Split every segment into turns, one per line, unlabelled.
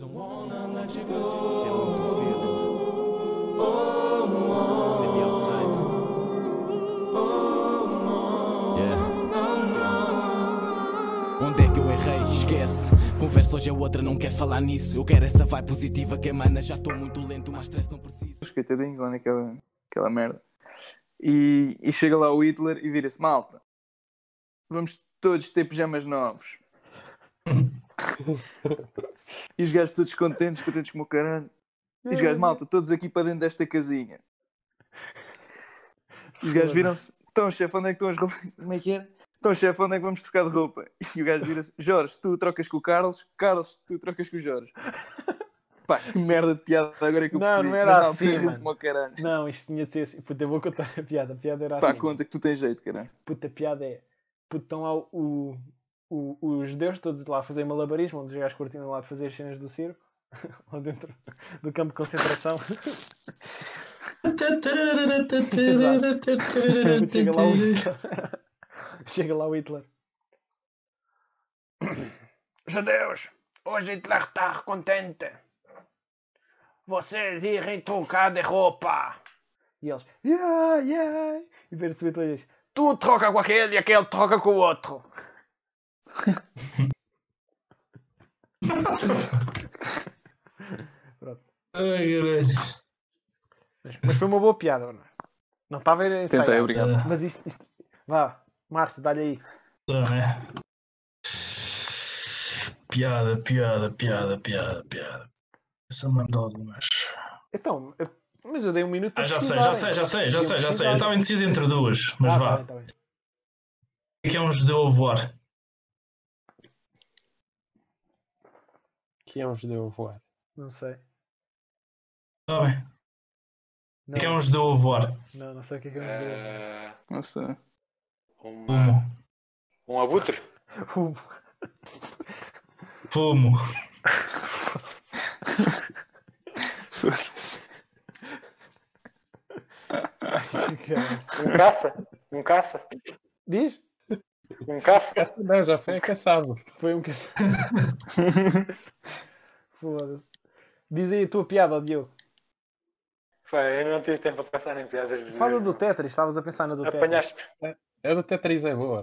don't wanna let you go. Say what you feeling. Oh, oh. Say me outside. Oh, oh. Yeah. Onde é que eu errei? Esquece. Conversa hoje é outra, não quer falar nisso. Eu quero essa vibe positiva que emana. Já estou muito lento, mas stress não preciso.
os coitadinhos lá naquela aquela merda. E, e chega lá o Hitler e vira-se: Malta, vamos todos ter pijamas novos. e os gajos todos contentes, contentes como o caralho. E os gajos, malta, todos aqui para dentro desta casinha. E os gajos viram-se: Então, chefe, onde é que estão as roupas? Como é que era? Então, chefe, onde é que vamos trocar de roupa? E o gajo vira-se: Jorge, tu trocas com o Carlos, Carlos, tu trocas com o Jorge. Pá, que merda de piada agora é que eu
Não,
percebi.
não era
Mas
assim,
sim,
mano.
como o caralho.
Não, isto tinha de ser assim. Puta, eu vou contar a piada. A piada era
Pá,
assim.
conta que tu tens jeito, caralho.
Puta, a piada é. Puta, estão lá o, o, os judeus todos lá a fazer malabarismo, onde os gajos curtindo lá de fazer as cenas do circo, lá dentro do campo de concentração. Chega lá o Hitler. Chega lá o Hitler. Judeus, hoje Hitler está contente. Vocês irem trocar de roupa. E eles, yeah, yeah. E vê-se o Hitler e diz, tu troca com aquele e aquele troca com o outro.
Ai, caralho.
Mas, mas foi uma boa piada, ou não? é? Não estava a ver
Tentei, obrigado.
Mas isto, isto... Vá, Márcio, dá-lhe aí.
Tá, né? Piada, piada, piada, piada, piada. Eu só mando algumas.
Então, eu- mas eu dei um minuto para Tá
Ah, já sei, já sei, já sei, já sei, já sei. Eu estava indeciso entre duas, mas vá. O que é que é um judeu a voar?
Que é um judeu a voar?
Não sei.
Está bem. O que
Não,
é que é um judeu a voar?
não, não sei o que é que é um judeu.
Eh.
Ah,
Não sei.
Fumo.
uma, um abutre?
Fumo.
Fumo.
Um caça? Um caça?
é Diz?
Um caça?
Caça- Não, já foi caçado.
Foi um que. Foda-se. Diz aí a tua piada, ó Diogo.
Foi, eu não tive tempo para pensar em piadas. De...
Eh.
Fala do Tetris, estavas a pensar na do Tetris.
Apanhaste.
É do Tetris é boa.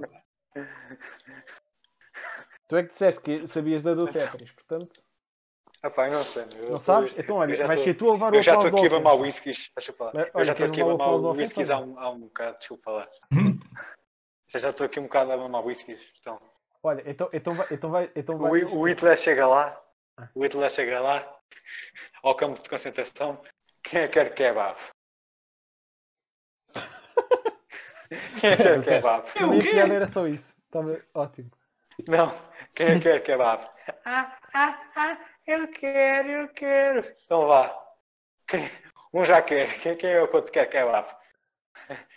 Tu é que disseste que sabias da do Tetris, portanto.
Ah, pá, eu não sei. meu. Eu
Não
tô-
sabes? Então olha,
eu já
vais
tô-
ser tu a levar o
Eu já estou
aplauso
aqui a
do
mamar
Offense.
whiskies, deixa para lá.
Mas,
Eu
olha,
já estou
queres
aqui a
levar o
mamar
aplauso do
whiskies
Offense
há
ou
um, há um bocado, desculpa lá.
Hum?
Eu já estou aqui um bocado a mamar whiskies. Então.
Olha, então, então vai. Então vai, então
O,
vai
Hi- o Hitler chega lá, o Hitler chega lá, ao campo de concentração, quem é que quer kebab? Quem é que quer kebab?
A minha piada era só isso. Estava ótimo.
Não, quem é que quer kebab? Ah, ah, ah, eu quero, eu quero. Então vá. Quem- Um já quer, quem, quem é o que outro quer kebab?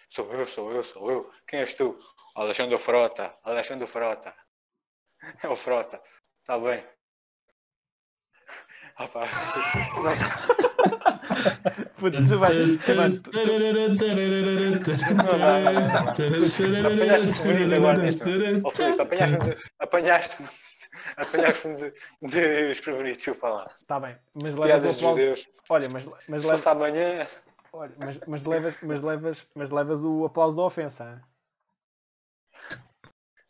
Sou eu, sou eu, sou eu. Quem és tu? Alexandre Frota, Alexandre Frota. É o Frota, está bem. Ah, pá.
Putz, tu vais. Mano, tu-
Apanhaste-me de agora neste momento. Ó, Filipe, apanhaste-me de- apanhaste-me apanhaste-me de, de desprevenido, desculpa lá.
Tá bem, mas levas o
Piadas de
aplauso.
judeus.
Olha, mas, mas, levas,
Se fosse amanhã,
olha, mas, mas, levas, mas, levas, mas levas o aplauso da ofensa. hein?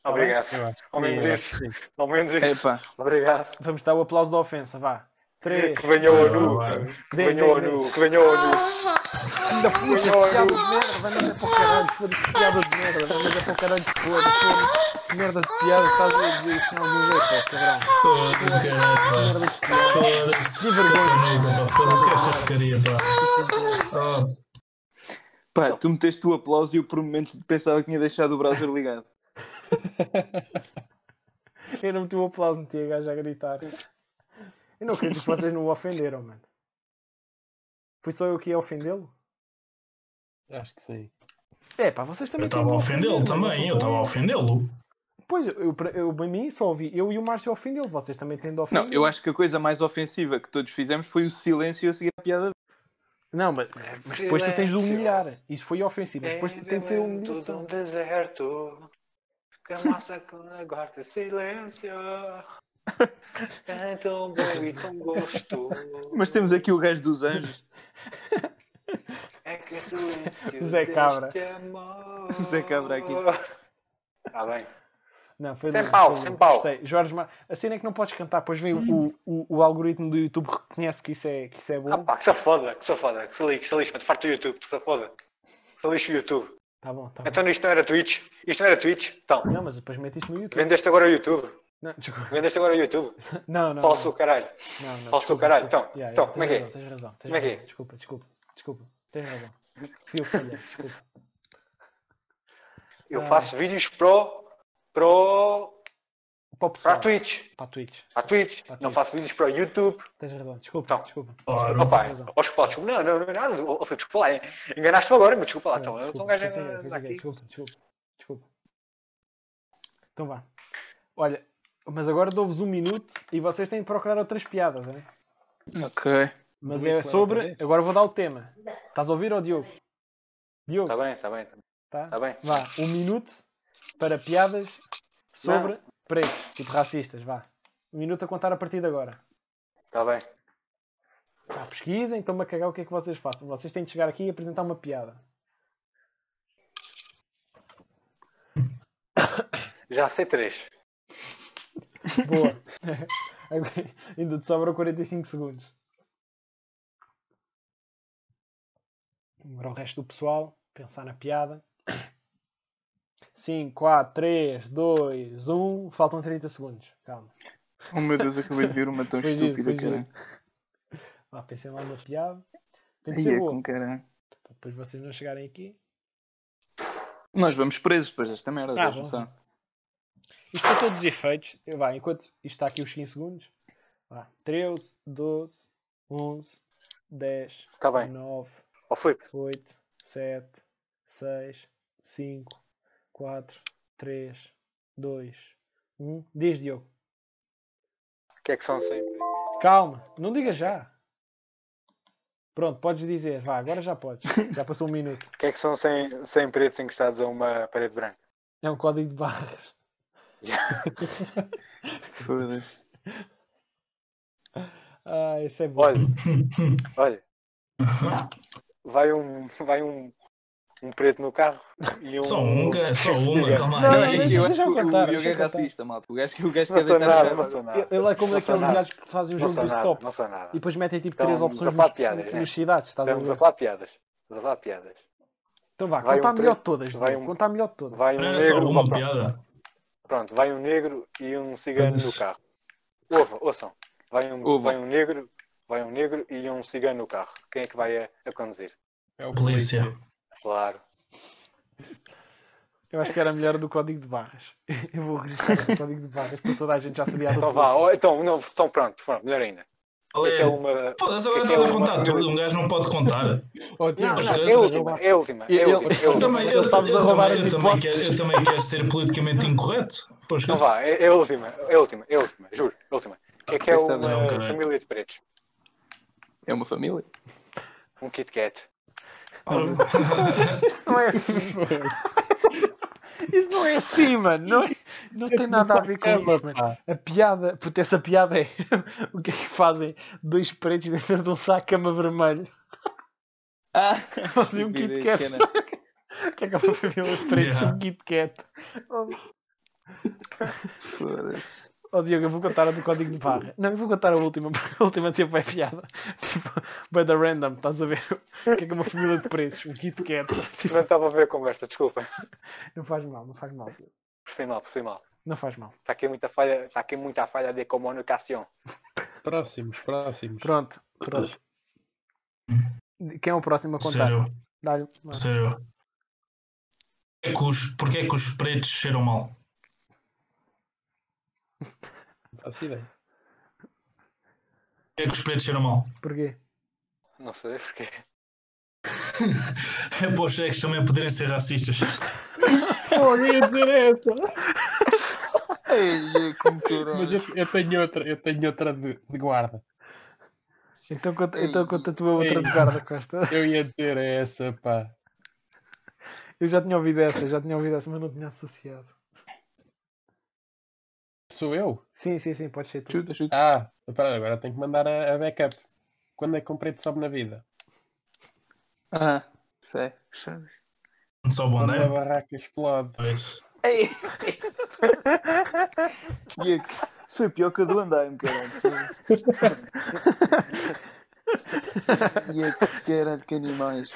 obrigado.
Eu acho
Ao menos
eu
isso. Ao menos isso.
Epá,
Obrigado.
Vamos dar o aplauso da ofensa, vá. 3,
é Que venha o ONU.
Vai,
Que
Vem,
venha o
vem,
ONU. Que venha o
Ah.
ONU.
Ainda foda-se, piada de merda, vai andar para o caralho, foda-se, piada de merda, vai andar para o caralho, foda-se, foda-se, merda de piada, estás a dizer isso em algum jeito, ó, cabrão.
Foda-se, caralho,
Merda de
pá.
piada,
Foda-se.
que vergonha.
Foda-se que esta porcaria, pá. Oh,
pá, tu meteste o aplauso e eu por momentos pensava que tinha deixado o browser ligado.
Eu não meti o aplauso, meti a gaja a gritar. Eu não acredito que vocês não o ofenderam, mano. Foi só eu que ia ofendê-lo?
Acho que sim.
É pá, vocês
Eu
também têm
estava
de
a
me ofender,
ofendê-lo
mano,
também, eu
não sou só
estava a ofendê-lo.
Pois, eu, pra- eu, para mim só ouvi eu e o Márcio ofendê-lo, vocês também têm de ofender.
Não, eu acho que a coisa mais ofensiva que todos fizemos foi o silêncio a seguir a piada.
Não, mas, mas depois tu tens de humilhar. Isso foi ofensivo, mas depois tem de ser um
Tudo
humilhação.
um deserto. Que a massa que aguarda é silêncio. É tão bom e tão gostoso.
Mas temos aqui o gajo dos anjos.
É que o silêncio
Zé Cabra.
deste amor.
Zé Cabra aqui.
Está bem.
Não, foi
Sem
bom,
pau,
foi bom.
sem pau.
Gostei. Jorge Mar... A cena é que não podes cantar, pois vem o, o, o algoritmo do YouTube reconhece que isso é, que isso é
Ah
bom.
pá, que safoda, que safoda, que se lixe, que se lixe, mas farto o YouTube, que safoda. Que se lixe o YouTube.
Tá bom, tá bom.
Então isto não era Twitch, isto não era Twitch, então.
Não, mas depois mete isto no YouTube.
Vendeste agora o YouTube,
Não, desculpa.
vendeste agora o YouTube.
Não, não.
Falso
não.
do caralho.
Não, não,
Falso do
desculpa,
caralho.
desculpa.
Então,
Yeah,
então,
yeah,
como é que é?
tens razão, Tens
Como é que
razão, tens
é?
razão. Desculpa, desculpa, desculpa. Tens razão. Fui eu que falhei, desculpa.
Eu
Ah.
faço vídeos pro, pro,
Para o pessoal.
para a Twitch.
Para a Twitch.
Para a Twitch.
Para a
Não
Twitch.
faço vídeos para o YouTube.
Tens razão. Desculpa,
Então.
desculpa.
Ora,
Desculpa,
Opa,
tens razão.
aos desculpa, desculpa. Não, não, não, nada. Ó, Filipe, desculpa lá. hein. Enganaste-me agora, mas desculpa lá. Então, eu estou um
É, Desculpa,
gajo
foi sem querer, foi
a-
sem querer,
aqui.
Desculpa, desculpa, desculpa. Então vá. Olha, mas agora dou-vos um minuto e vocês têm de procurar outras piadas, né?
Ok.
Mas
Muito
é
bem,
sobre.
parabéns.
Agora vou dar o tema. Estás a ouvir, ó Diogo? Diogo,
Está bem, está bem,
tá?
está bem.
Vá, um minuto para piadas sobre pretos, tipo racistas, vá. Um minuto a contar a partir de agora.
Está Tá bem.
Pá, pesquisem, estão-me a cagar o que é que vocês façam. Vocês têm de chegar aqui e apresentar uma piada.
Já sei três.
Boa. Agora- Ainda te sobram 45 segundos. Agora o resto do pessoal, pensar na piada. 5, 4, 3, 2, 1. Faltam 30 segundos. Calma.
Oh meu Deus, acabei de ver uma tão
Foi giro,
estúpida,
foi
cara.
giro. Vá, pensem lá numa piada. Tem que
Aí é
ser boa.
com cara.
para Depois vocês não chegarem aqui.
Nós vamos presos depois desta merda,
Ah,
tens
bom.
noção?
Isto para todos os efeitos. eh, Vá, enquanto isto está aqui os 15 segundos. Vá, 13, 12, 11, 10,
Está bem.
9,
Ó Filipe,
8, 7, 6, 5, 4, 3, 2, 1. Diz, Diogo.
o que é que são sempre?
Calma, não diga já. Pronto, podes dizer. Vá, agora já podes. Já passou um minuto.
O que é que são 100, 100 pretos encostados a uma parede branca?
É um código de barras.
Foda-se.
Ah, isso é bom.
Olha, olha. Vai um, vai um, um preto no carro e um.
Só um, cara, só uma, calma
Não,
aí.
não,
Eu
não.
acho
deixa
é que
eu contar,
o Diogo
deixa
é
eu contar.
racista, malta. O gajo que é o gajo
Não
quer
sou
deitar
nada,
na
não
cara.
sou nada.
Ele é como
Não sou
aqueles
nada.
gajos que fazem um
Não sou
jogo de
nada,
stop
não sou nada.
e depois metem tipo
Então,
três
vamos
opções
a falar de
nas-
piadas,
nas,
né?
cidades. Estás a
Estamos a
ver?
falar de piadas. Estamos a falar de piadas.
Então vá,
Vai
conta a
um
melhor
preto,
de todas.
vai
Diogo,
um-
Conta a melhor de todas.
Vai um
Não era só
negro.
uma
pronto,
piada.
Pronto, vai um negro e um cigano
Mas
no
isso-
carro. Ouçam, ouçam. Vai um,
Ouvam.
vai um negro, vai um negro e um cigano no carro. Quem é que vai a, a conduzir?
É o
Polícia.
Claro.
Eu acho que era melhor do código de barras. Eu vou registrar o código de barras para toda a gente já sabia a do
Então
código.
vá, ó, então, não, então pronto, pronto, melhor ainda. O
Qual
que é que é
é?
uma.
Foda-se, agora
o que é
estás a
que é uma
contar
família?
tudo. Um gajo não pode contar.
Oh,
Ó, Diogo,
Não,
Mas
não,
tu
é
és-
a última, é a última, é a
Eu-
última. é a
eu-
Eu
última.
também,
Ele
eu,
está-nos a
eu
roubar
também,
as
eu também quero,
hipóteses.
eu também quero ser politicamente incorreto. Poxa,
Então vá, é, é a última, é a última, é a última, juro, é a última. O que é que é
Esta
uma
não, caralho.
família de pretos?
É uma família?
Um Kit Kat.
Isso não é assim. Isso não é assim, mano. Não, é- não tem nada a ver com isso, mano. A piada, puta, essa piada é o que é que fazem dois pretos dentro de um saco de cama vermelho.
Ah!
Fazem um Kit Kat. O que é que é uma família de pretos?
Yeah.
Um Kit Kat. Oh,
Foda-se.
oh, Diogo, eu vou contar a do código de barra. Não, eu vou contar a última, porque a última tipo é piada. Tipo, by the random, estás a ver? O que é que é uma família de pretos? Um Kit Kat. Tipo,
Não estava a ver a conversa, desculpa.
não faz mal, não faz mal.
Foi mal, foi mal.
Não faz mal.
Está aqui muita falha, está aqui muita falha de comunicação.
Próximos, próximos.
Pronto, pronto. Quem é o próximo a contar?
sério,
Dá-lhe.
sério. Porquê é que os- Porquê é que os pretos cheiram mal?
Não faço ideia.
Porquê é que os pretos cheiram mal?
Porquê?
Não sei porquê.
É para os cheques também poderem ser racistas.
Pô, eu ia dizer essa.
Ei, como caralho.
Mas eu, eu tenho outra, eu tenho outra de, de guarda.
Então conta, então conta a tua outra
Ei.
de guarda, Costa.
Eu ia dizer essa, pá.
Eu já tinha ouvido essa, já tinha ouvido essa, mas não tinha associado.
Sou eu?
Sim, sim, sim, pode ser tu.
Chuta, chuta.
Ah, pera, agora tenho que mandar a, a backup. Quando é que um preto sobe na vida?
Ah, sei. Sabes?
Só bom,
Quando a
né?
barraca explode.
Pois.
Ei! E é que- Isso foi pior que a do andaime, caralho. E é que caralho, que animais.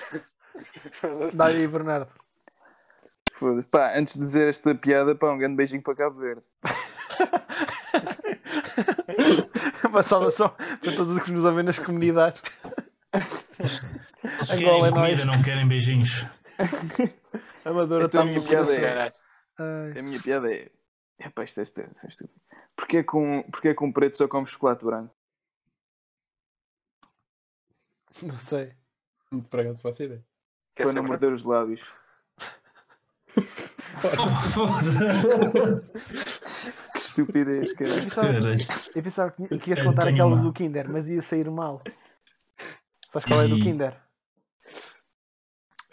Dá aí, Bernardo.
Foda-se. Pá, antes de dizer esta piada, pá, um grande beijinho para Cabo Verde.
Uma saudação para todos os que nos ouvem nas comunidades.
Eles
Angola é
querem comida, não querem beijinhos.
Amadora
Então,
está
a minha piada é.
Ai,
A minha piada é. Epá, isto é estúpido. Isto é estúpido. Porquê que, um, porquê que um preto só come chocolate branco?
não sei.
Muito pregado, faço ideia.
Quer
para
saber?
não morder os lábios.
Oh, foda-se.
Que estupidez,
Eu
caralho.
pensava, eu pensava que, que ias
Eu
contar
tenho
aquela
uma.
do Kinder, mas ia sair mal. Sabes qual é do
E-
Kinder?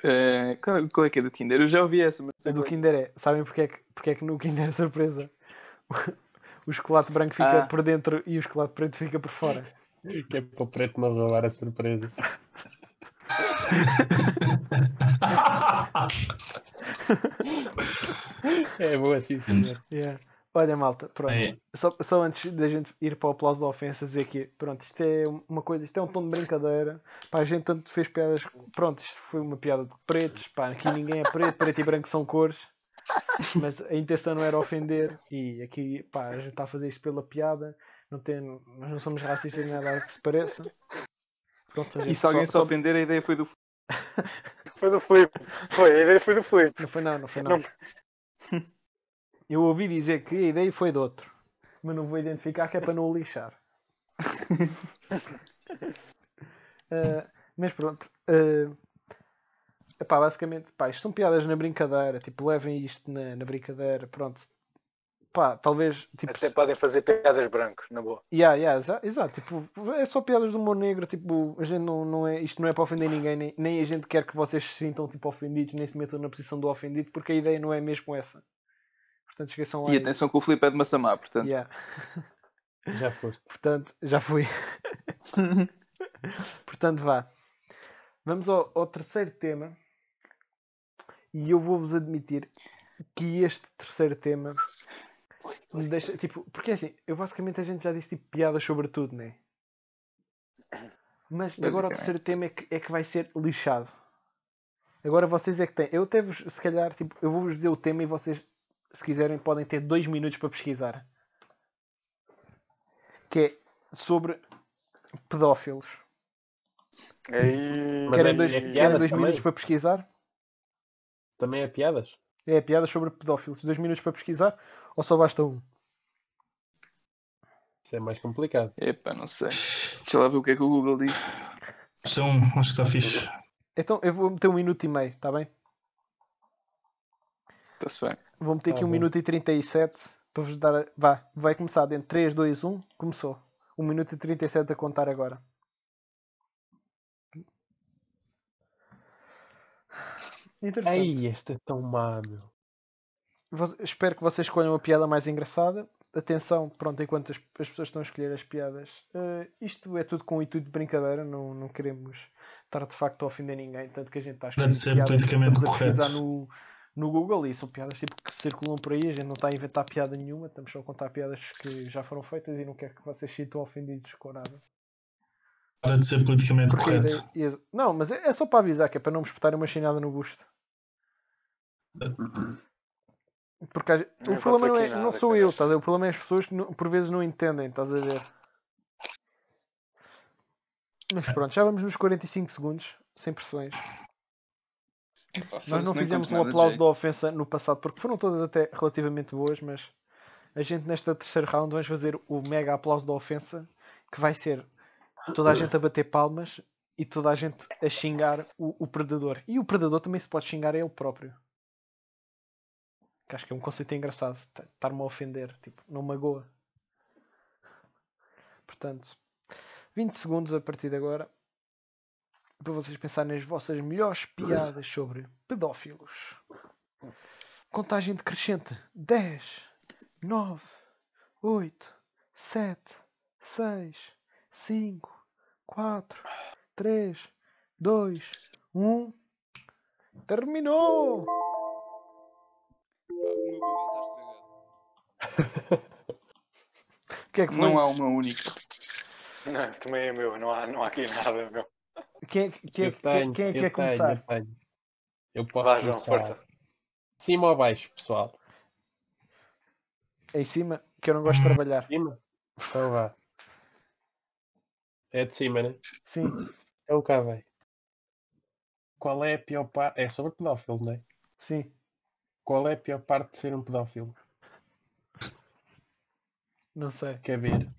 Eh, qual, qual é que é do Kinder? Eu já ouvi essa, mas.
A do Kinder é. Sabem porque é que, porque é que no Kinder é surpresa? O chocolate branco
Ah.
fica por dentro e o chocolate preto fica por fora.
Que é para o preto não roubar a surpresa. É boa, sim, senhor.
Yeah. Olha, malta, pronto.
É.
Só, só antes da gente ir para o aplauso da ofensa, dizer que, pronto, isto é uma coisa, isto é um tom de brincadeira. Pá, a gente tanto fez piadas. Pronto, isto foi uma piada de pretos. Pá, aqui ninguém é preto, preto e branco são cores. Mas a intenção não era ofender. E aqui, pá, a gente está a fazer isto pela piada. Não tem, nós não somos racistas nem nada que se pareça. Pronto, a
E
gente
se alguém se ofender, a ideia foi do. f-
Foi do Filipe. Foi, a ideia foi do Filipe.
Não foi não, não foi não.
Não.
Eu ouvi dizer que a ideia foi de outro. Mas não vou identificar que é para não o lixar. Ah, mas pronto. ah, epá, basicamente, pá, isto são piadas na brincadeira. Tipo, levem isto na, na brincadeira. Pronto. Pá, talvez. Tipo,
Até podem fazer piadas branco, na boa.
Yeah, yeah, exa- exato, tipo, é só piadas do humor negro, tipo, a gente não, não é, isto não é para ofender ninguém, nem, nem a gente quer que vocês se sintam tipo, ofendidos, nem se metam na posição do ofendido, porque a ideia não é mesmo essa. Portanto, esqueçam lá.
E
isso.
atenção que o Filipe é de Massamá, portanto.
Yeah,
Já foste.
portanto, já fui. portanto, vá. Vamos ao, ao terceiro tema. E eu vou-vos admitir que este terceiro tema me deixa, tipo, porque é assim, eu basicamente a gente já disse tipo piadas sobre tudo, né? Mas agora o
Basicamente.
terceiro tema é que, é que vai ser lixado. Agora vocês é que têm. Eu até vos, se calhar, tipo, eu vou-vos dizer o tema e vocês, se quiserem, podem ter dois minutos para pesquisar. Que é sobre pedófilos.
Aí...
Mas
Querem
é-
dois,
é
querem
piadas
dois
também?
minutos para pesquisar?
Também é piadas?
É a piada sobre pedófilos. Dois minutos para pesquisar? Ou só basta um?
Isso é mais complicado.
Epá, não sei. Deixa lá ver o que é que o Google diz.
Isto é um, acho que está fixe.
Então eu vou meter um minuto e meio, está bem?
Está-se bem.
Vou meter
Tá
aqui um
bom.
minuto e 37 para vos dar. a- Vá, vai começar dentro. 3, 2, 1, começou. 1 minuto e 37 a contar agora. Interessante.
Ai, este é tão má, meu.
Vo- Espero que vocês escolham a piada mais engraçada. Atenção, pronto, enquanto as, as pessoas estão a escolher as piadas, eh, isto é tudo com o intuito de brincadeira, não, não queremos estar de facto a ofender ninguém, tanto que a gente está a escolher
Deve ser
piadas que
é politicamente
estamos a pesquisar
correto.
no, no Google e são piadas tipo, que circulam por aí, a gente não está a inventar piada nenhuma, estamos só a contar piadas que já foram feitas e não quer que vocês se sintam ofendidos com nada.
Para de ser politicamente
Porque a
correto.
ideia- Não, mas é, é só para avisar, que é para não me espetarem uma chinada no gosto. Porque às-
Não
o problema não, é,
faço aqui
não
nada,
sou
cara.
eu, estás a ver? O problema é as pessoas que não- por vezes não entendem, estás a ver? Mas pronto, já vamos nos 45 segundos, sem pressões. Nós não fizemos um aplauso da ofensa no passado, porque foram todas até relativamente boas, mas a gente nesta terceira round vamos fazer o mega aplauso da ofensa, que vai ser toda a gente a bater palmas e toda a gente a xingar o, o predador. E o predador também se pode xingar a ele próprio. Que acho que é um conceito engraçado, t- estar-me a ofender, tipo, não magoa. Portanto, 20 segundos a partir de agora para vocês pensarem nas vossas melhores piadas sobre pedófilos. Contagem decrescente. 10, 9, 8, 7, 6, 5, 4, 3, 2, 1. Terminou!
O meu Google está estragado.
O que é que foi?
Não há uma única.
Não, também é meu, não há, não há aqui nada, meu.
Quem é que, quem é
eu
que- quem-
tenho,
quem é que
eu
quer
tenho,
começar?
Eu, tenho. eu posso
Vá, João,
começar.
força.
Cima ou baixo, pessoal?
É em cima, que eu não gosto de trabalhar.
Cima? Então vá. É de cima, né?
Sim, é
Então cá vai. Qual é a pior parte? É sobre pedófilos, não é?
sim.
Qual é a pior parte de ser um pedófilo?
Não sei.
Caber.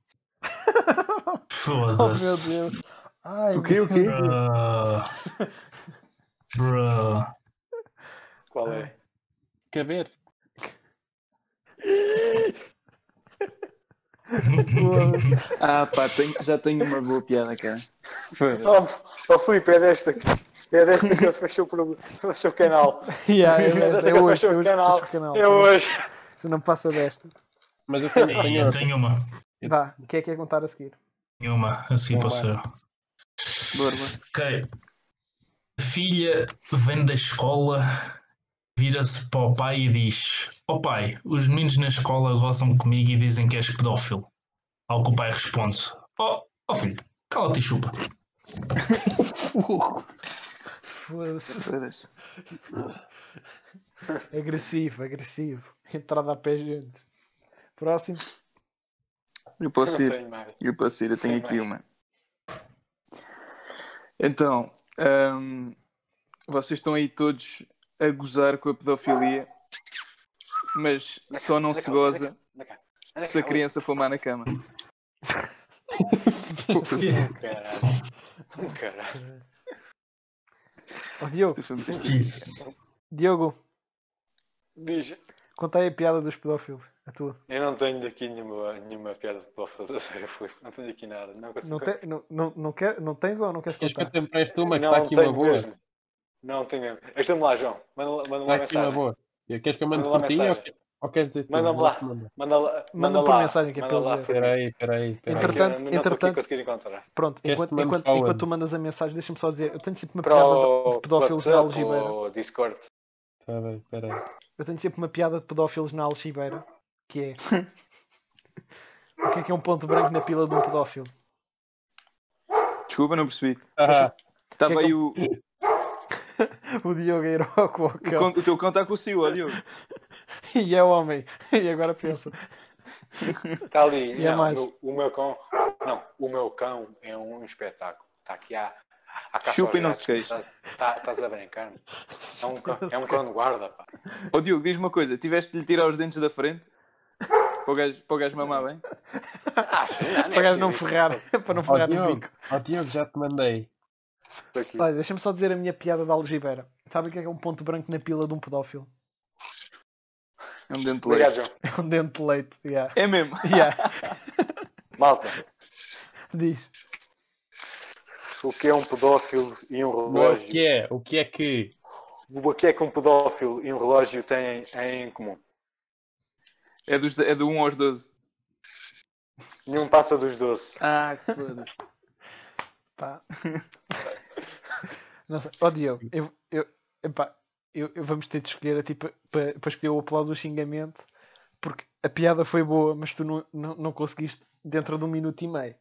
Oh meu
Foda-se.
Deus. Ai,
O quê? O quê?
Bruh. Bruh.
Qual é?
Caber.
meu
Ah, pá, tenho- já tenho uma boa piada, cara. Foda-se.
Oh, oh Filipe, é desta. que- É desta que ele fechou o pro- fechou o canal.
yeah, é,
É desta
desta, é
que eu
hoje,
fecho
é
o
hoje,
canal.
fecho o canal.
É hoje.
Se não passa desta.
Mas eu tenho,
Ei,
tenho
eu
outra.
tenho uma.
Vá, o que é que é contar a seguir?
Tenho uma. Assim
Vamos
posso.
lá.
Borba.
Ok. A filha vem da escola, vira-se para o pai e diz: Ó pai, os meninos na escola gozam comigo e dizem que és pedófilo. Ao que o pai responde: Ó ó filho, cala-te e chupa.
Foda-se.
Foda-se.
Agressivo, agressivo. Entrada a pé gente. Próximo.
Eu
Eu
posso
não
ir.
tenho mais.
Eu posso ir, eu tenho
Tem
aqui uma. Então, hum, vocês estão aí todos a gozar com a pedofilia, mas só não se goza
Anda cá, anda
se a
cá,
criança for má na cama. um
ui, oh, Caralho. Oh, Caralho.
Ó, Oh, Diogo,
Isto foi um muito estúpido.
Isso.
Diogo,
Diz.
conta aí a piada dos pedófilos. A tua.
Eu não tenho daqui nenhuma, nenhuma piada de pedófilos, a sério, Filipe. Não tenho aqui nada. Não consigo.
Não, te, não, não, não, quer, não tens ou não queres
Queres que eu
contar?
te empreste uma que
Não
está aqui
tenho
uma boa?
mesmo. Não tenho mesmo. Ajuda-me lá, João. Manda, lá- manda
Está
lá
aqui uma
mensagem.
boa. Queres que eu mande
Manda lá
por ti ou,
mensagem.
que- ou queres dizer tu?
Manda-me
Vou-te mandar.
Manda lá.
Manda
Manda
por
lá.
mensagem, que é
manda
para eu
lá,
ver.
Filipe.
Peraí, peraí,
É que eu
peraí.
Entretanto,
não, não estou aqui a
entretanto-
conseguir encontrar.
Pronto,
Queres
enquanto,
que mande
enquanto,
para
enquanto
onde?
tu mandas a mensagem, deixa-me só dizer. Eu tenho sempre uma
Para
piada de
o
pedófilos na
WhatsApp
Algibeira.
ou Discord.
Tá bem, peraí.
Eu tenho sempre uma piada de pedófilos na Algibeira. Que é. o que é que é um ponto branco na pila de um pedófilo?
Desculpa, não percebi.
Ah,
Estava
Que é
aí o,
O Diogo é Iroco, o
o,
cão.
con- o teu cão está com o seu, olha.
E é homem. E agora pensa.
Está Tá ali.
E é
não,
mais.
o- O meu cão. Não, o meu cão é um espetáculo. Está aqui à, à caça
Chupa e não
aos
se
gatos.
queixa.
Tá- tá- Estás a brincar? meu? É um cão, é um cão de guarda, pá.
Ó Diogo, diz uma coisa: tiveste de lhe tirar os dentes da frente? Para o gajo, para o gajo mamar bem?
Acho, não,
Para o gajo não
preciso isso.
ferrar. Para não
ó,
ferrar no
Diogo,
bico.
ó, Diogo, já te mandei.
Aqui.
Olha, deixa-me só dizer a minha piada da Algibeira. Sabe o que é que é um ponto branco na pila de um pedófilo?
É um dente de leite.
Obrigado, João.
É um dente de leite. Yeah.
É mesmo.
Yeah.
Malta,
Diz.
o que é um pedófilo e um
Não é o
relógio?
que é, o que é que.
O que é que um pedófilo e um relógio têm em comum?
É, dos, é do 1 aos 12.
Nenhum passa dos 12.
Ah, que foda-se.
Pá. Não sei. Ó Diogo, eu, eu, epá, eu, eu- vamos ter de escolher é, a ti para escolher o aplauso do xingamento, porque a piada foi boa, mas tu não, não, não conseguiste dentro de um minuto e meio.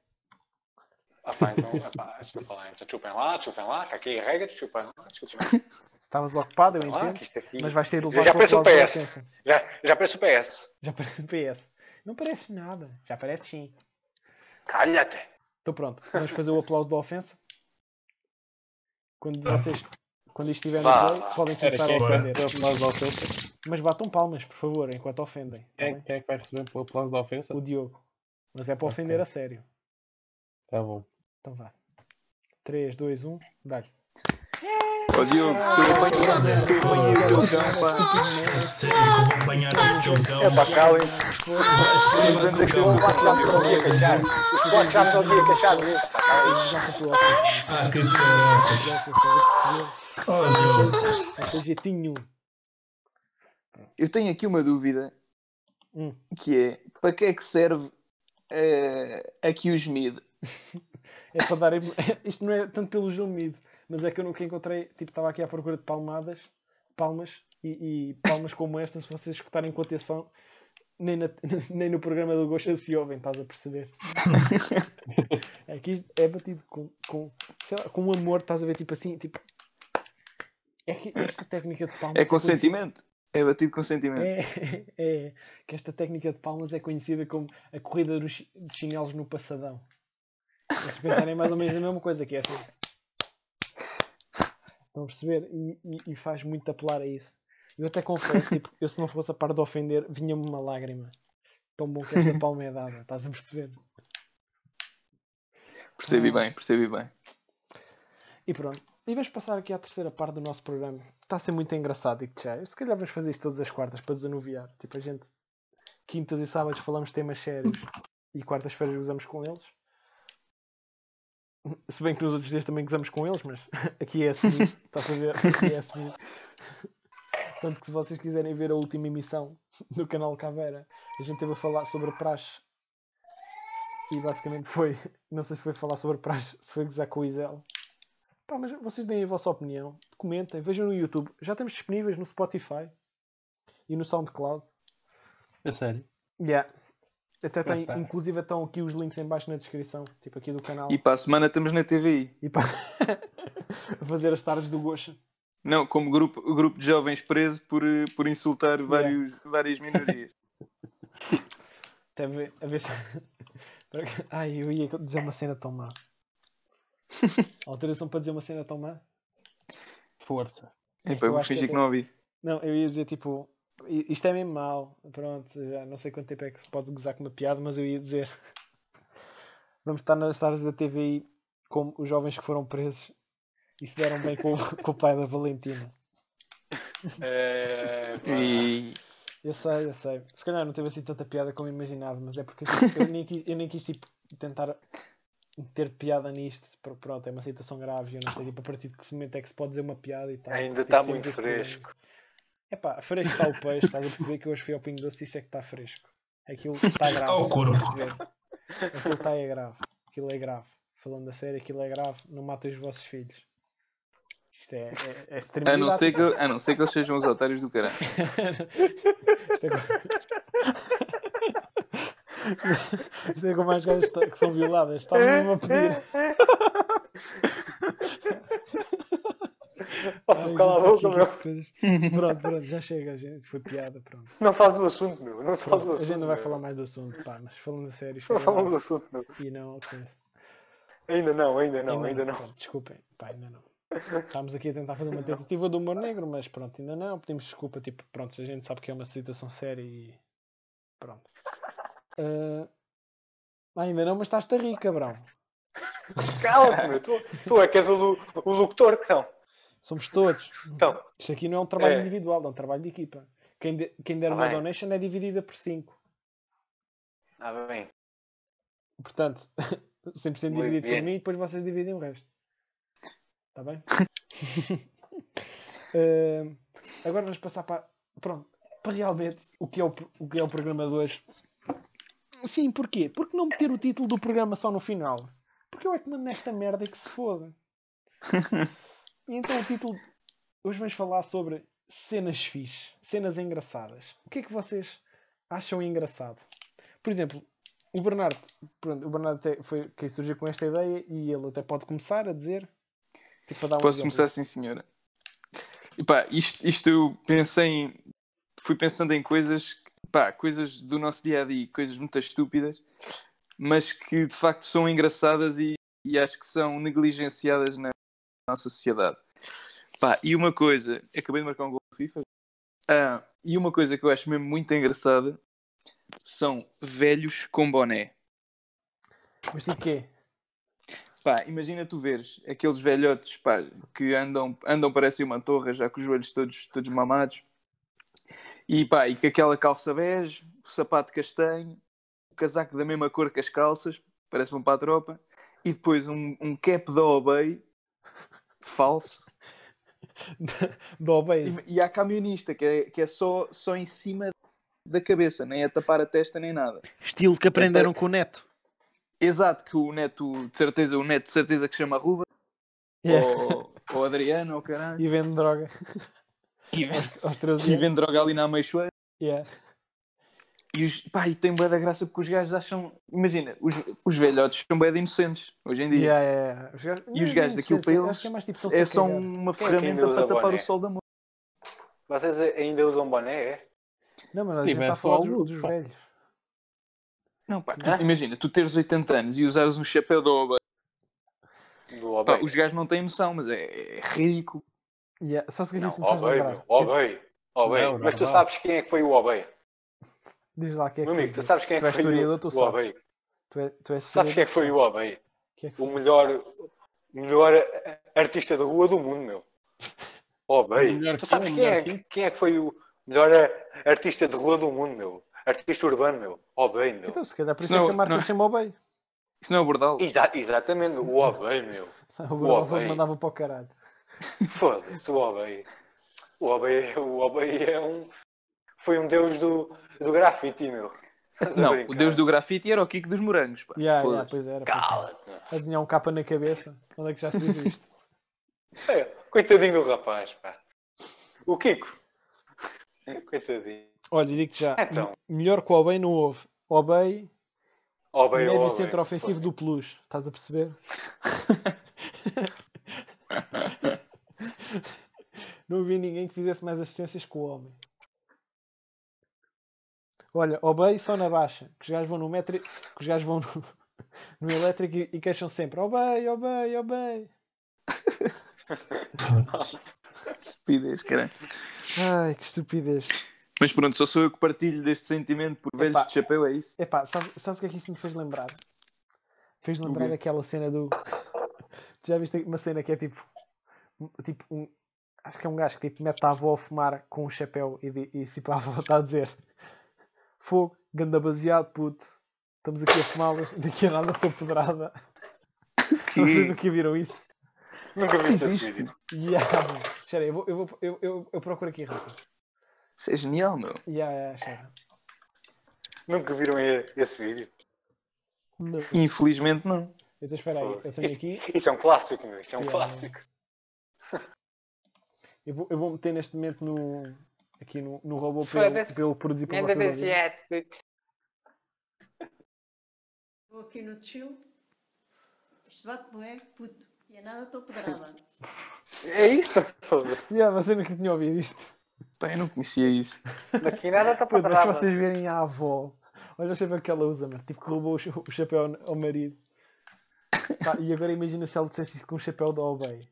Ah, pá, então, ah, pá, desculpa lá, então chupem lá, chupem lá, que aqui é regra, chupem lá, chupem lá, chupem
Estavas ocupado, eu
lá,
entendo,
que isto aqui.
mas vais ter de levar
já
com o
parece o
aplauso da
PS.
ofensa.
Já, já parece o PS.
Já parece PS. Não parece nada, já parece sim.
Calha-te.
Então pronto, vamos fazer o aplauso da ofensa. Quando vocês, quando isto estiver no
Vá,
play,
vá.
podem
Espera,
começar a
quem é que vai
ofender.
receber o aplauso da ofensa?
Mas batam palmas, por favor, enquanto ofendem. tá
Quem é,
bem?
quem é que vai receber o aplauso da ofensa?
O Diogo. Mas é para
Ok.
ofender a sério.
Tá bom.
Então vá. 3, 2, 1, dá-lhe.
Ó Diogo, se eu apanhei- se eu apanhei o teu cão, pá.
É sério que eu vou apanhar esse teu cão.
É pá, calem-se.
Vais levar o cão.
Os já me podia queixar. Os blocos já me podia queixar de mim. Pá, calem-se.
Já concluiu a ofensa.
Ah, que caralho.
Já concluiu a ofensa.
Oh, Deus.
Não tem jeitinho nenhum.
Eu tenho aqui uma dúvida
Hum.
que é para que é que serve eh, aqui o gemido?
É para dar. Isto não é tanto pelo gemido, mas é que eu nunca encontrei. Tipo, estava aqui à procura de palmadas, palmas e, e palmas como esta, se vocês escutarem com atenção, nem, na- nem no programa do Gosto se ouvem, estás a perceber? aqui é batido com, com, sei lá, com amor, estás a ver? Tipo assim, tipo. É que esta técnica de palmas.
É
conhecida-
consentimento. É batido consentimento.
é, é, que esta técnica de palmas é conhecida como a corrida dos chi- de chinelos no passadão. Vocês pensarem mais ou menos a mesma coisa que é assim. Estão a perceber? E, e- e faz muito apelar a isso. Eu até confesso, tipo, eu se não fosse a par de ofender, vinha-me uma lágrima. Tão bom que essa palma é dada, estás a perceber?
Percebi
Ah.
bem, percebi bem.
E pronto. E vamos passar aqui à terceira parte do nosso programa. Está a ser muito engraçado, digo-te já. Eu se calhar vamos fazer isto todas as quartas para desanuviar. Tipo, a gente, quintas e sábados falamos temas sérios e quartas-feiras gozamos com eles. Se bem que nos outros dias também gozamos com eles, mas aqui é assumido. Estás a ver? Aqui é assumido. Tanto que se vocês quiserem ver a última emissão do canal Caveira, a gente teve a falar sobre praxe. E basicamente foi, não sei se foi falar sobre praxe, se foi gozar com o Isel. Pá, mas vocês deem a vossa opinião, comentem, vejam no YouTube. Já temos disponíveis no Spotify e no SoundCloud.
É sério.
Yeah. Até tem,
Epá.
inclusive estão aqui os links em baixo na descrição, tipo aqui do canal.
E para a semana estamos na TVI.
E pá, fazer as tardes do Gosha.
Não, como grupo, grupo de jovens preso por, eh, por insultar vários, várias minorias.
Até ver, a ver se... Espera que- Ai, eu ia dizer uma cena tão má. Autorização para dizer uma cena tão má?
Força.
É,
Epá,
eu
vou
acho que
fingir
até-
que não ouvi.
Não, eu ia dizer tipo, i- isto é mesmo mau, pronto, já não sei quanto tempo é que se pode gozar com uma piada, mas eu ia dizer. Vamos estar nas tardes da TVI com os jovens que foram presos e se deram bem com, o- com o pai da Valentina.
É, pá.
E...
Eu sei, eu sei. Se calhar não teve assim tanta piada como imaginava, mas é porque assim, eu nem quis, eu nem quis tipo, tentar ter piada nisto, porque, pronto, é uma situação grave, eu não sei tipo, a partir de que momento é que se pode dizer uma piada e tal. tipo,
Ainda está
temos
muito
esse problema.
fresco.
Epá, fresco está o peixe, estás a perceber que hoje fui ao Pingo Doce e isso é que está fresco. Aquilo está grave.
Está tá ao
estás a
corpo.
perceber? Aquilo está é grave. Aquilo é grave. Falando a sério, aquilo é grave. Não matem os vossos filhos. Isto é, é, é
A, não
extremidade.
ser que, a não ser que eles sejam os otários do caralho.
Isto é como... Isto é como as gajas que são violadas. Está
É,
mesmo a pedir.
Oh, cala a boca, meu.
Pronto, pronto, já chega, gente. Foi piada, pronto.
Não falo do assunto, meu. Não falo do
Pronto, a
assunto.
gente não vai
meu.
falar mais do assunto, pá, mas falando a sério, isto é
Não falamos do
grave
assunto, meu.
e não alcança.
Ainda não, ainda não, ainda não.
pronto, Desculpem, pá, ainda não. Estávamos aqui a tentar fazer uma tentativa do humor negro, mas pronto, ainda não. Pedimos desculpa, tipo, pronto, a gente sabe que é uma situação séria e. Pronto. Ah, ah, ainda não, mas estás-te a rir, cabrão.
Cala-te, meu. Tu, tu é que és o, lu- o locutor então. que são.
Somos todos.
Então,
Isto aqui não é um trabalho
É.
individual, é um trabalho de equipa. Quem, de- quem der
Tá
uma
bem.
donation é dividida por 5.
ah, bem.
Portanto, 100%
Muito
dividido por
bem.
mim e depois vocês dividem o resto. Está bem? Ahm, agora vamos passar para. Pronto, para realmente o que é o, pro- o que é o programa de hoje. Sim, porquê? Porque não meter o título do programa só no final? Porque eu é que mando nesta merda que se foda. e então o título. Hoje vamos falar sobre cenas fixe, cenas engraçadas. O que é que vocês acham engraçado? Por exemplo, o Bernardo, pronto, o Bernardo até foi quem surgiu com esta ideia e ele até pode começar a dizer. Tipo, a dar um
Posso
exemplo.
começar sim, senhora. E pá, isto, isto eu pensei em. Fui pensando em coisas, pá, coisas do nosso dia a dia, coisas muito estúpidas, mas que de facto são engraçadas e, e acho que são negligenciadas na nossa sociedade. Pá, e uma coisa, acabei de marcar um gol de FIFA. Ah, e uma coisa que eu acho mesmo muito engraçada são velhos com boné.
Mas tipo quê?
Pá, imagina tu veres aqueles velhotes pá, que andam, andam parecem uma torre, já com os joelhos todos, todos mamados, e pá, e com aquela calça bege, o sapato castanho, o casaco da mesma cor que as calças, parece um para a tropa, e depois um, um cap da Obey, falso,
Do Obeiso.
e, e há camionista que é, que é só, só em cima da cabeça, nem a tapar a testa, nem nada.
Estilo que aprenderam com o neto.
Exato, que o neto, de certeza, o neto de certeza que chama Ruba, ou, ou Adriano, ou caralho.
E vendo droga
E vende,
aos 13 anos.
droga ali na Ameixoeira.
Yeah.
E, os, pá, e tem bué da graça porque os gajos acham. Imagina, os, os velhotes são bué de inocentes hoje em dia.
Yeah, yeah, yeah. Os gajos-
E os
Não,
gajos
não
daquilo
sei,
para
acho
eles
que mais tipo
É
estão-se a
só
cagar.
uma
Quem é que ainda
ferramenta
usa
para tapar
boné?
o sol da mão.
Vocês ainda usam boné, é?
Não, mas é a gente
Sim,
está a
mas
falar
só
dos,
alguns,
dos
pá.
velhos.
Não, pá, tu-
Hã?
imagina, tu teres 80 anos e usares um chapéu de oba.
Do
Pá,
Ah,
Obey.
os gajos não têm noção, mas é, é ridículo.
Yeah. Só se que é que isso
Não,
me faz
Obey,
lembrar.
meu. Obey. Obey.
Não, não,
Mas tu
não.
sabes quem é que foi o Obey?
Diz lá quem é que
Meu amigo,
foi.
tu sabes quem é
Tu
que
és
foi
historiador,
o
tu
o
sabes.
Obey?
Tu, é- tu és
Sabes quem é que foi o Obey?
Quem é que
O melhor, o melhor artista de rua do mundo, meu.
O
Obey.
melhor
Tu sabes
quem? O
quem é,
melhor quem?
quem é que foi o melhor eh, artista de rua do mundo, meu? Artista urbano, meu. Obey, meu.
Então, se calhar por isso
Senão-
é que a marca
não.
se chama Obey.
Isso não é o bordal.
Exa- exatamente, o Obey, meu.
O Gordon
Obey.
mandava para o caralho.
Foda-se, o Obey. O Obey, o Obey é um. Foi um deus do, do grafite, meu. Estás a
Não, o
é brincar?
deus do grafite era o Kiko dos Morangos. Pá.
Yeah, yeah,
Foda-se.
pois era. pois era.
Cala-te, meu.
Azinhar um capa na cabeça. Onde é que já se viu isto?
É, Coitadinho do rapaz, pá. O Kiko. É, Coitadinho.
Olha, digo-te já.
Então.
me- Melhor que o Obey não houve. Obey,
Obey,
médio
Obey.
centro ofensivo é do Plus. Estás a perceber? não vi ninguém que fizesse mais assistências que o homem. Olha, Obey só na baixa. Que os gajos vão no métrico. Que os gajos vão no, no elétrico e, e queixam sempre. Obey, Obey, Obey.
Estupidez, caralho.
Ai, que estupidez.
Mas pronto, só sou eu que partilho deste sentimento por velhos
Epá.
de chapéu, é isso?
Epá, sabes, sabes o que é que isso me fez lembrar? Fez lembrar
quê?
aquela cena do. Tu já viste uma cena que é tipo. um- Tipo um. Acho que é um gajo que tipo, mete a avó a fumar com um chapéu e, di- e tipo a avó está a dizer: Fogo, ganda baseado, puto. Estamos aqui a fumá-las, daqui a nada estou pedrada. Não sei do que viram isso.
Nunca vi
Isso
esse
existe.
vídeo.
Yeah. Espera aí, eu, vou, eu, vou, eu, eu, eu procuro aqui rápido.
Isso é genial, meu.
Yeah, yeah, espera.
Nunca viram e- esse vídeo.
Não.
Infelizmente não.
Então espera aí, eu tenho
Isso-
aqui.
Isso é um clássico, meu. Isso é um
Yeah.
clássico.
Eu vou, eu vou meter neste momento no, aqui no, no robô para eu,
Foda-se.
para eu produzir para vocês. ouvirem.
Estou aqui no chill. Isto bate bué, puto. E a nada estou pedrada.
É isto? Foda-se.
Yeah, você nunca tinha ouvido isto.
Pá, eu não conhecia isso.
Daqui nada está para
Puta, mas se
trás.
vocês verem a avó, olha o chapéu que ela usa, mano. Tipo que roubou o cha- o chapéu ao- ao marido. Pá, e agora imagina se ela dissesse isto com um chapéu da Obey.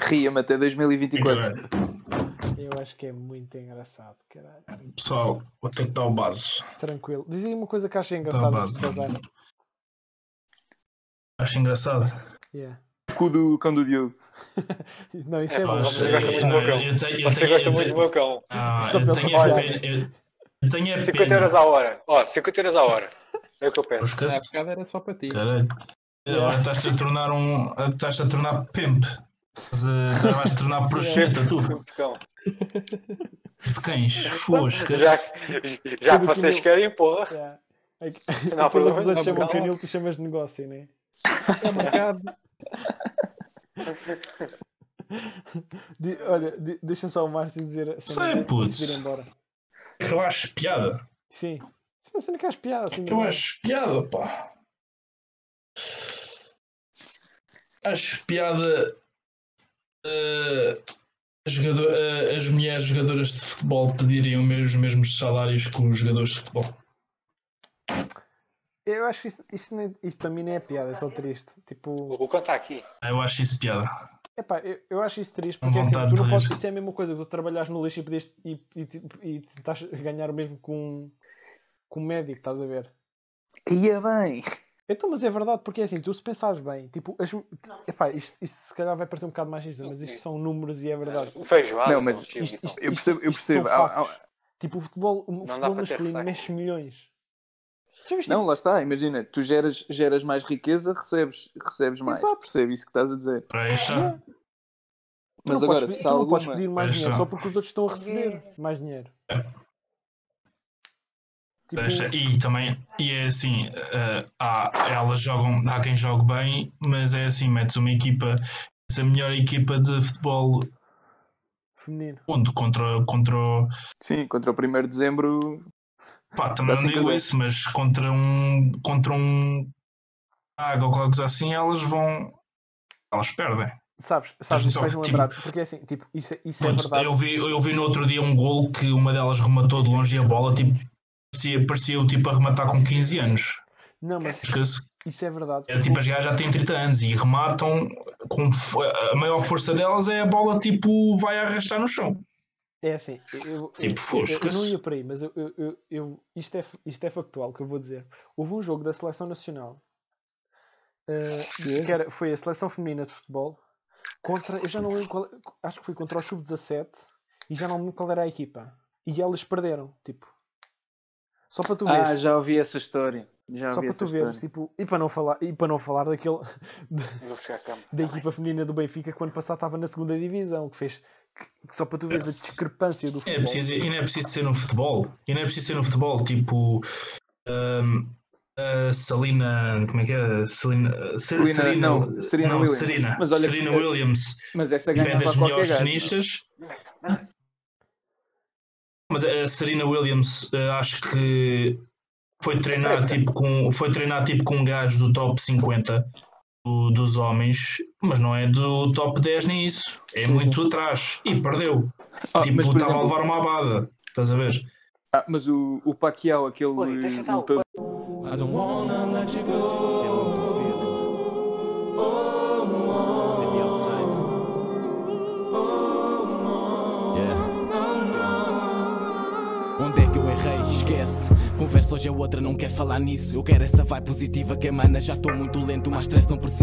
Ria-me até 2024.
Caralho.
Eu acho que é muito engraçado, caralho.
Pessoal, vou ter que dar o bases.
Tranquilo. Dizem uma coisa que achei engraçada
Tá,
antes de casar.
Acho engraçado.
Yeah.
Cu do cão do Diogo.
não, isso é,
É,
bom.
pá,
Mas,
você
eh,
gosta muito do
não,
meu cão.
eu tenho- eu
Você
tenho-
gosta
eu
muito
tenho-
do meu cão.
Ah,
Só
eu
pelo
tenho
trabalho.
a pena. Eu eu tenho a
50 euros
pena.
à hora. Ó, 50 euros à hora. É o que eu
Pô,
peço.
Na
esquece.
bocada era só para ti.
Caralho. Agora estás-te a tornar um. Estás-te a tornar pimp. Estás a- estás- Vais-te tornar prostituta, tu.
Cão.
De cães. Foscas.
Já, já que
Tudo que
vocês
não-
querem, porra.
Yeah. É que-
Não,
todos
pelo
os
menos-
outros chamam
não.
canil, tu chamas de negócio, né?
Está marcado.
Di- olha, di- deixa só o Márcio dizer a
Sei,
cena e
putz.
se vir embora.
Eu acho piada.
Sim. é Se você não quer as piadas, assim,
Eu
não é?
acho piada, pá. Acho piada. eh, jogador- eh, as mulheres jogadoras de futebol pediriam me- os mesmos salários que os jogadores de futebol.
Eu acho que isto, isto, nem- isto para mim nem é piada, é só triste. Tipo,
O cão está aqui.
Ah, Eu acho isso piada.
epá, eu, eu acho isso triste
Com
porque assim,
vontade
tu
de
não
rir.
podes, isto é a mesma coisa que tu trabalhares no lixo e pediste e, e, e, estás a ganhar o mesmo com com um médico, estás a ver?
Ia bem.
Então, mas é verdade, porque é assim, tu se pensares bem, tipo, as, epá, isto, isto se calhar vai parecer um bocado machista, mas isto são números e é verdade.
Feijoada.
Não, mas
então,
Isto-
Chico, então.
isto-
Eu
isto-
percebo, eu
isto são
percebo. Há- há-
factos. Tipo, o futebol, o
dá
futebol
para ter
masculino
saco.
mexe milhões. Já viste?
Não, lá está, imagina, tu geras, geras mais riqueza, recebes, recebes mais.
Exato.
Percebo isso que estás a dizer.
Para esta,
Yeah. Tu
Mas
não
agora,
podes, pedir-
se
tu não
alguma...
podes pedir mais
Mas
dinheiro
só-
só porque os outros estão a receber mais dinheiro. Tipo,
Esta- e também, e é assim, eh, há, elas jogam, há quem jogue bem, mas é assim, metes uma equipa, metes a melhor equipa de futebol do
feminino.
mundo contra, contra o-
Sim, contra o 1 de dezembro.
pá, também
Dá cinco
não
a
digo
zero.
isso, mas contra um contra um água ou qualquer coisa assim, elas vão elas perdem.
Sabes, sabes, isso
só,
faz-me
tipo-
lembrar. Porque é assim, tipo, isso, é- isso é
Pronto,
verdade.
eu, vi, eu vi no outro dia um gol que uma delas rematou de longe e a bola tipo, parecia, parecia o tipo a rematar com 15 anos.
É
Não, mas
assim.
Esquece.
isso é verdade.
Era tipo, as gajas já têm 30 anos e rematam com fo- a maior força delas é a bola tipo vai arrastar no chão.
É assim, eu- eu, eu-
Tipo,
eu- eu
fosca-se.
não ia para aí, mas eu, eu- eu- eu- isto, é, isto é factual que eu vou dizer. Houve um jogo da seleção nacional eh, que era- foi a seleção feminina de futebol contra, eu já não lembro qual, acho que foi contra o Sub-17 e já não lembro qual era a equipa. E elas perderam, tipo. Só para tu veres.
Ah, já ouvi essa história. Já
Só
ouvi
para
essa
tu veres,
história.
tipo, e para não falar, e para não falar daquele,
Vou buscar a cama.
da equipa feminina do Benfica que o ano passado estava na segunda divisão, que fez que- que só para tu veres a discrepância do
E
futebol.
não é preciso, e não é preciso ser no futebol. E não é preciso ser no futebol, tipo hum, a Selena. Como é que é? Selena. Ser-
Selena- não, Serena
não,
Williams.
Serena,
Mas olha que-
Serena Williams
Mas essa
é
ganhava
das
a qualquer
melhores
gajo.
tenistas. Mas a Serena Williams eh, acho que foi treinar, tipo, com, foi treinar tipo com um gajo do top 50 do- dos homens, mas não é do top 10 nem isso. É muito atrás. E perdeu.
Ah,
tipo,
mas, por
estava a
exemplo,
levar uma abada. Estás a ver?
ah, mas o, o Paquiao, aquele um
Oi, deixa dar o
lutador,
I don't wanna let you go. é Send me the feeling. Send me é outside. Yeah. Onde é que eu errei? Esquece. Conversa hoje é outra, não quer falar nisso. Eu quero essa vibe positiva que emana. Já estou muito lento, mas stress não preciso.